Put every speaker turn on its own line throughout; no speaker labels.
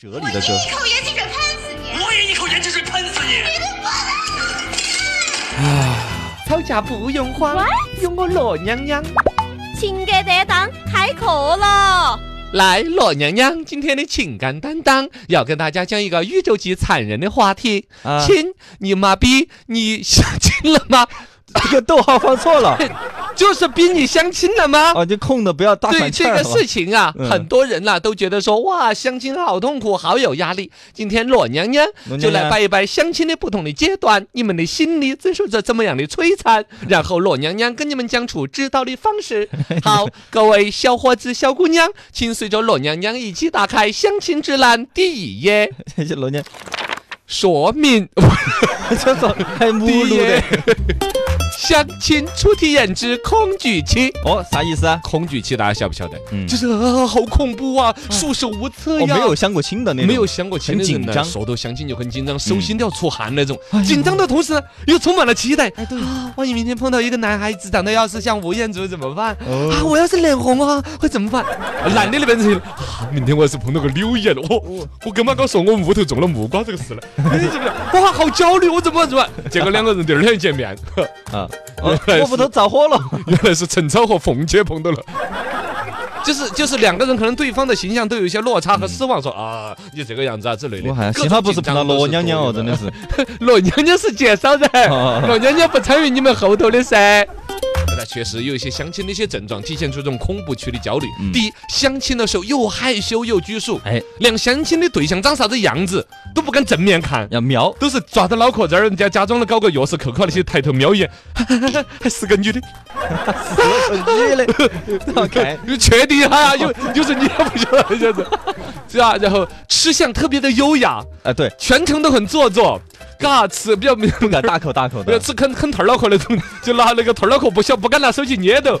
哲理的哲。
一口盐汽水喷死你！
我也一口盐汽水喷死你！
吵架不用慌，有我罗娘娘。
情感担当开课了，
来，罗娘娘，今天的情感担当要跟大家讲一个宇宙级残忍的话题。
啊
亲，你妈逼，你相亲了吗？
这个逗号放错了
就是逼你相亲了吗？
哦，这空的不要大
对
喘气
这
儿
个
好吧
事情啊，
嗯
很多人呐、都觉得说哇，相亲好痛苦，好有压力。今天裸娘娘
裸娘娘
就来掰一掰相亲的不同的阶段，你们的心里遭受着怎么样的摧残，然后裸娘娘跟你们讲出指导的方 式。好，各位小伙子、小姑娘，请随着裸娘娘一起打开相亲指南第一页，
这是罗家，
说明
这走还
第
目
一
录
页
的，
相亲初体验之恐惧期。
哦，啥意思啊？
恐惧期大家晓不晓得？
嗯
就是啊，好恐怖啊，束手无策
我
呀。
没有相过亲的那种，
没有相过亲的人
很
呢
紧，张
说到相亲就很紧张，手心都要出汗那种
哎。呀
紧张的同时呢又充满了期待。
哎对
啊，万一明天碰到一个男孩子长得要是像吴彦祖怎么办？
哦
啊，我要是脸红啊，会怎么办？男的那边是啊，明天我要是碰到个柳岩，我哦我跟妈刚说我们屋头种了木瓜这个事了， 哎怎么样？哇，好焦虑，我怎么办怎么办？结果两个人第二天一见面，呵
啊，哦
原来是
我不头着 火了，
原来是陈超和凤姐碰到了。 就是就是两个人可能对方的形象都有一些落差和失望，说啊你这个样子啊之类的。
我还
各种
幸好不是碰到
紧张都
罗娘娘哦，
多
真
余
的。是，
罗娘娘是介绍人，
哦
罗娘娘不参与你们后头的噻。那确实有一些相亲的一些症状，体现出这种恐怖区的焦虑。
嗯
第一，相亲的时候又害羞又拘束，
哎，
连相亲的对象长啥子样子都不敢正面看，
要 瞄，
都是抓着脑壳子儿，人家假装的搞个钥匙扣扣那些，抬头瞄一眼， 还是个女的，呃
女 的，好看，
你确定哈？有有时候你也不晓得这样子，是吧？然后吃相特别的优雅，
啊，对，
全程都很做作，嘎吃比较
不敢大口大口
不要
的，
吃啃啃兔儿脑壳那种，就拿那个兔儿脑壳不小，不敢拿手去捏到，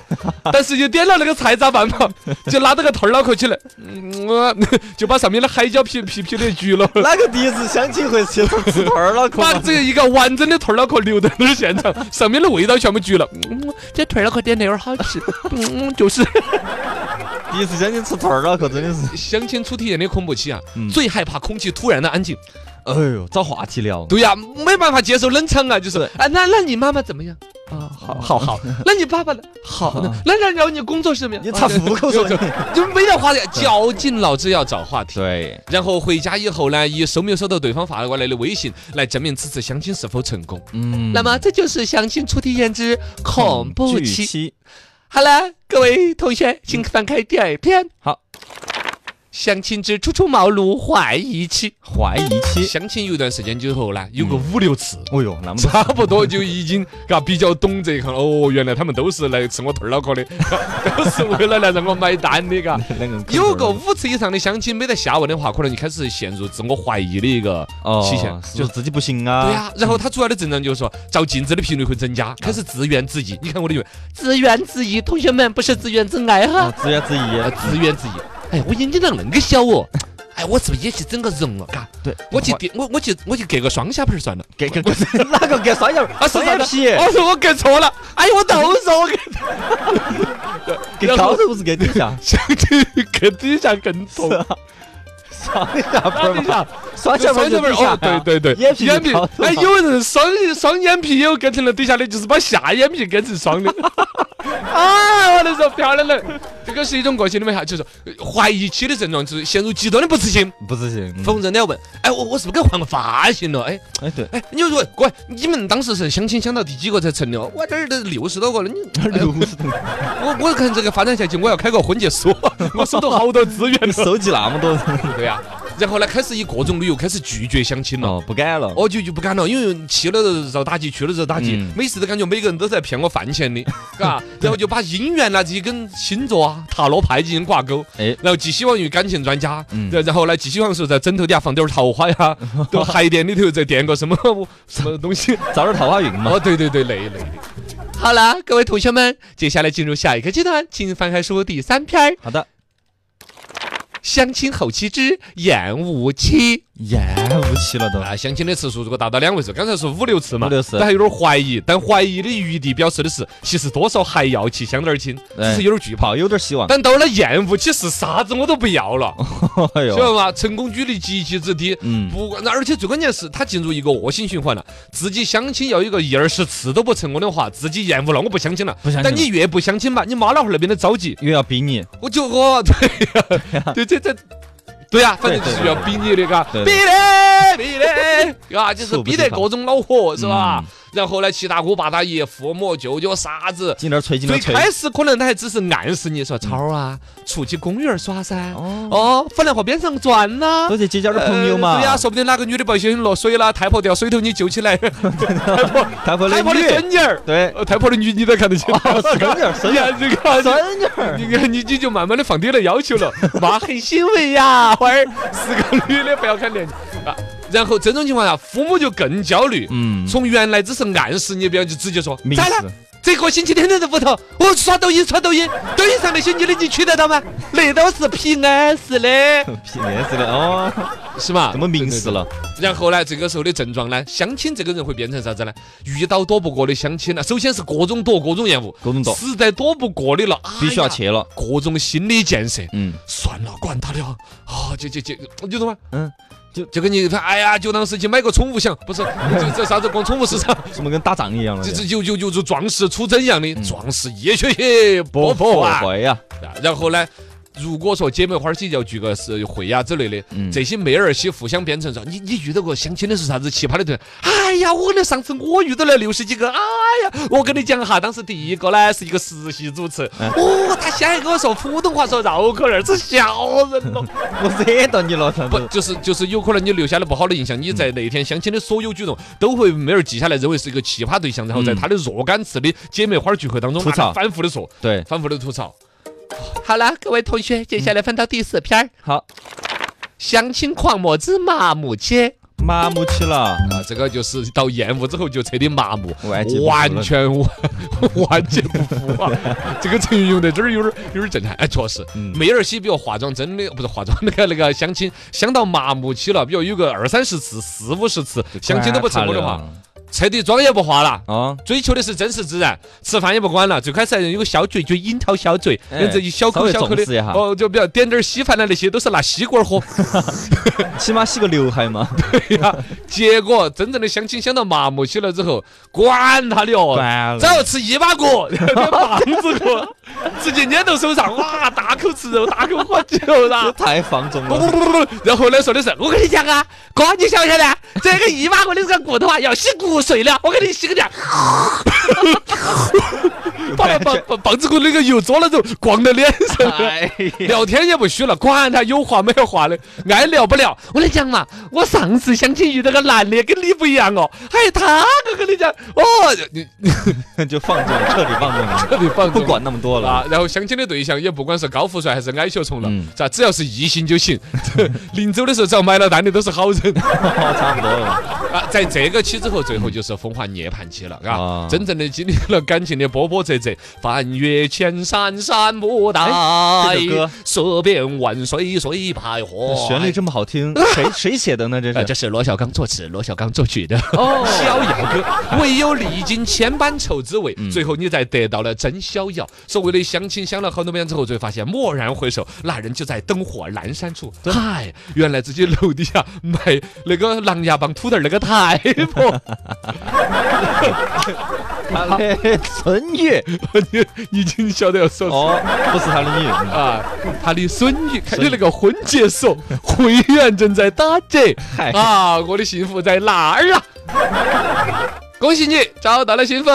但是又点了那个菜咋办嘛？就拿到个兔儿脑壳起来，嗯，我就把上面的海椒皮皮皮给举了。
哪个第一次相亲会吃吃兔儿脑壳
把
嘛？
这一个完整的兔儿脑壳留在那儿现场，上面的味道全部举了。嗯，这兔儿脑壳点的有点好吃。嗯，就是
第一次相亲吃兔儿脑壳，真的是，
相亲初体验的恐怖期啊，
嗯
最害怕空气突然的安静。
哎呦，找话题聊，
对呀、没办法接受冷场啊，就是
对
啊，那那你妈妈怎么样？啊，好好 好，那你爸爸呢？好呢，那那然后你工作是怎么样？
你插虎口说
就
你
就，就 没得话题，绞尽脑汁要找话题。
对，
然后回家以后呢，以收没有收到对方发过来的微信来证明此次相亲是否成功。
嗯
那么这就是相亲初体验之恐怖
具
期。好了，各位同学，请翻开第二篇。
好，
相亲之初出茅庐怀疑期。
怀疑期，
相亲有一段时间之后呢，有个五六次。
哦呦，那么多，
差不多就已经嘎比较懂这一行了。哦，原来他们都是来吃我兔儿脑壳的， 都是为了来让我买单的，嘎。
两 个人啃
有
兔
个
儿脑壳
五次以上的相亲没得下文的话，可能就开始陷入自我怀疑的一个期限
哦，，
就。
就是自己不行啊，
对呀、然后他主要的症状就是说，照镜子的频率会增加，开始自怨自艾。你看我的语文，啊自怨自艾，同学们不是自怨自艾
啊，
哈，
自怨自
啊
艾，
自怨自艾。哎，我眼睛咋恁个小哦？哎，我是不是也去整个容了？嘎，
对，
我去点我我去我去割个双下巴儿算了。
给给给， 哪个给双眼
啊，
双
是
眼
的
皮？
我说我给错了，哎呀，我都说我给
给
然后，
高头 不是给底下
相亲给底下更痛，
双下巴
底哦下
嘛，双下巴就底下
哦，，对对对，
眼皮
眼皮
就高，头
哎，
嘛
有人双双眼皮也有割成了底下的，就是把下眼皮割成 双的。啊，我那时候漂亮了，这个是一种过去，你们看，就是怀疑期的症状，就是陷入极端的不自信，
不自信，
否认的要问，哎，我我是不是该换个发型了？哎。
哎对，
哎，你说各位，你们当时是相亲相到第几个才成的？我这儿都六十多个了，你
六十度，
我我看这个发展下去，我要开个婚介 所，我手头好多资源
你
了。
收集那么 多人，
对呀、然后呢，开始以各种理由开始拒绝相亲了。
哦，不敢了，
我就就不敢了，因为去了遭打击，去了遭打击，
嗯
每次都感觉每个人都在骗我饭 钱的，嘎，然后就把姻缘呐这些跟星座啊、塔罗牌进行挂钩，
哎
然后寄希望于感情专家，
嗯
然后呢寄希望说在枕头底下放点儿桃花 呀，到海淀里头再垫个什么什么东西，
找点桃花运嘛，
哦，对对对，累累的。好了，各位同学们，接下来进入下一个阶段，请翻开书第三篇儿《
好的，
相亲后期之厌恶期》。
厌恶起了都。
那相亲的次数如果达到两位数，刚才说五六次嘛，
五六次
但还有点怀疑，但怀疑的余地表示的是，其实多少还要去相点儿亲，只
哎
是有点惧怕。
好，有点希望。
但到了厌恶期，是啥子我都不要了，
哎
晓得
呦，
吗？成功几率极其之低。
嗯，
不管，那而且最关键是，他进入一个恶性循环了。自己相亲要有一个一二十次都不成功的话，自己厌恶了，我不相亲了。
不相亲
但你越不相亲吧，你妈老汉儿那边的着急，
又要逼你，
我就我对 呀、对这这。对呀、反正就是要逼你的，嘎，
对
逼嘞，逼嘞，啊，就是
猝不及
逼得
防
各种恼火，是吧
嗯？
然后呢，七大姑八大姨、父母、舅舅、啥子，
进点吹，进
最
点吹。
开始可能他还只是暗示你说：“超儿啊，出去公园儿耍噻，
哦，
哦，粉来河边上转 呐、
都去结交点朋友
呃
嘛。
对呀、说不定哪个女的不小心落水了，太婆掉水头，你救起 来。太婆，
太婆
太
的
婆的
女，
孙女 儿，
对，
呃太婆的女你都看得清。
孙女儿，孙
你
女儿，
看这个，
孙女儿，
你看你你就慢慢的放低了要求 了，妈很欣慰呀。花儿是个女的，不要看年纪啊。然后这种情况下，父母就更焦虑。
嗯，
从原来只是暗示你，不要就直接说
明
咋
示
了？这个星期天天在屋头，我哦刷抖音刷抖音，抖音上那些女的你娶得到吗？那都是皮安 式的，
屁面子的 哦，
是吧？
怎么明示了？
然后呢，这个时候的症状呢，相亲这个人会变成啥子呢？遇到躲不过的相亲呢，啊首先是各种躲，各种厌恶，
各种躲
实在躲不过的了，哎
必须要
去，
切了。
各种心理建设。
嗯，
算了，管他的啊！啊，就就就，你懂吗？
嗯，
就就跟你说，哎呀，就当是去买个宠物想，不是这这啥子逛宠物市场，
怎么跟打仗一样了
这
就？
这就就就是壮士出征一样的，壮士一血血不破啊！
会呀，
啊然后呢，如果说姐妹花儿些要聚个是会呀之类的，
嗯
这些妹儿些互相编程说，你你遇到过相亲的是啥子奇葩的对象？哎呀，我那上次我遇到了六十几个，哎呀，我跟你讲哈，当时第一个呢是一个实习主持，
嗯
哦，他先还跟我说普通话说绕口令儿，是吓人 了。
我惹到你了，上
不，
次。
就是就是有可能你留下了不好的印象，你在那天相亲的所有举动都会没人记下来，认为是一个奇葩对象，然后在
嗯
他的若干次的姐妹花聚会当中，
吐槽
拿来反复的说，
对，
反复的吐槽。好了，各位同学，接下来翻到第四篇儿《
好，
相亲狂魔之麻木街》
麻木起了。
啊，这个就是到厌恶之后就彻底麻木，
完全不服了
完全完 完全不服啊！这个成语用在这儿有点儿有点儿震撼，哎，确实，
嗯
妹儿些比如化妆真的不是化妆那个那个相亲相到麻木期了，比如有个二三十次、四五十次相亲都不成功的话，彻底妆也不化了。
啊，
追求的是真实自然，吃饭也不管了。最开始还有个小嘴嘴樱桃小嘴，
哎
用这一小
稍
口
微
小口的
重视一下，
哦，就比如点点儿稀饭的那些都是拿吸管 儿喝。
起码洗个刘海嘛，
结果真正的相亲相到麻木起了之后，管他的哦，
完
只要吃一把锅， 棒子锅，直接捏到手上，哇，大口吃肉，大口喝酒啦。
太放纵
不不
了。
不不不，然后呢说的是，我跟你讲啊，哥，你晓不晓得，这个一把锅的这个骨头啊，要洗骨髓了，我给你洗 个点儿，把那棒棒棒子骨那个油抓了之后，光在脸上。
哎，
聊天也不虚了，管他有话没有话的， 爱聊不聊。我跟你讲嘛，我上次相亲遇到个男的，跟你不一样哦。哎，他我跟你讲，哦，你你
就放纵，彻底放纵了，
特别放纵
不管那么多了。
啊。然后相亲的对象也不管是高富帅还是矮小虫了
嗯，
咋、只要是异性就 行。临走的时候，只要买了单的都是 好人。
差不多了。
啊，在这个期之后，最后就是风华涅槃期了，啊
啊，
真正的经历了感情的波波折折，翻越千山山不待
哎这首歌，
涉遍万水水徘徊。
旋律这么好听，
哎
谁谁写的呢？这
呃，
是
这是罗小刚作词，罗小刚作曲的 哦，《逍遥 歌》。唯有历经千般愁滋味，最后你才得到了真逍遥。所谓的相亲相了好多遍之后，就会发现蓦然回首，那人就在灯火阑珊处。嗨，原来自己楼底下卖那个狼牙棒土豆儿那个太婆，
他的
哎
孙女
你已经晓得要说啥。
哦，不是他的女。嗯
啊，他的孙女开的那个婚介所，会员正在打折
嗨
啊！我的幸福在哪儿啊？恭喜你找到了幸福。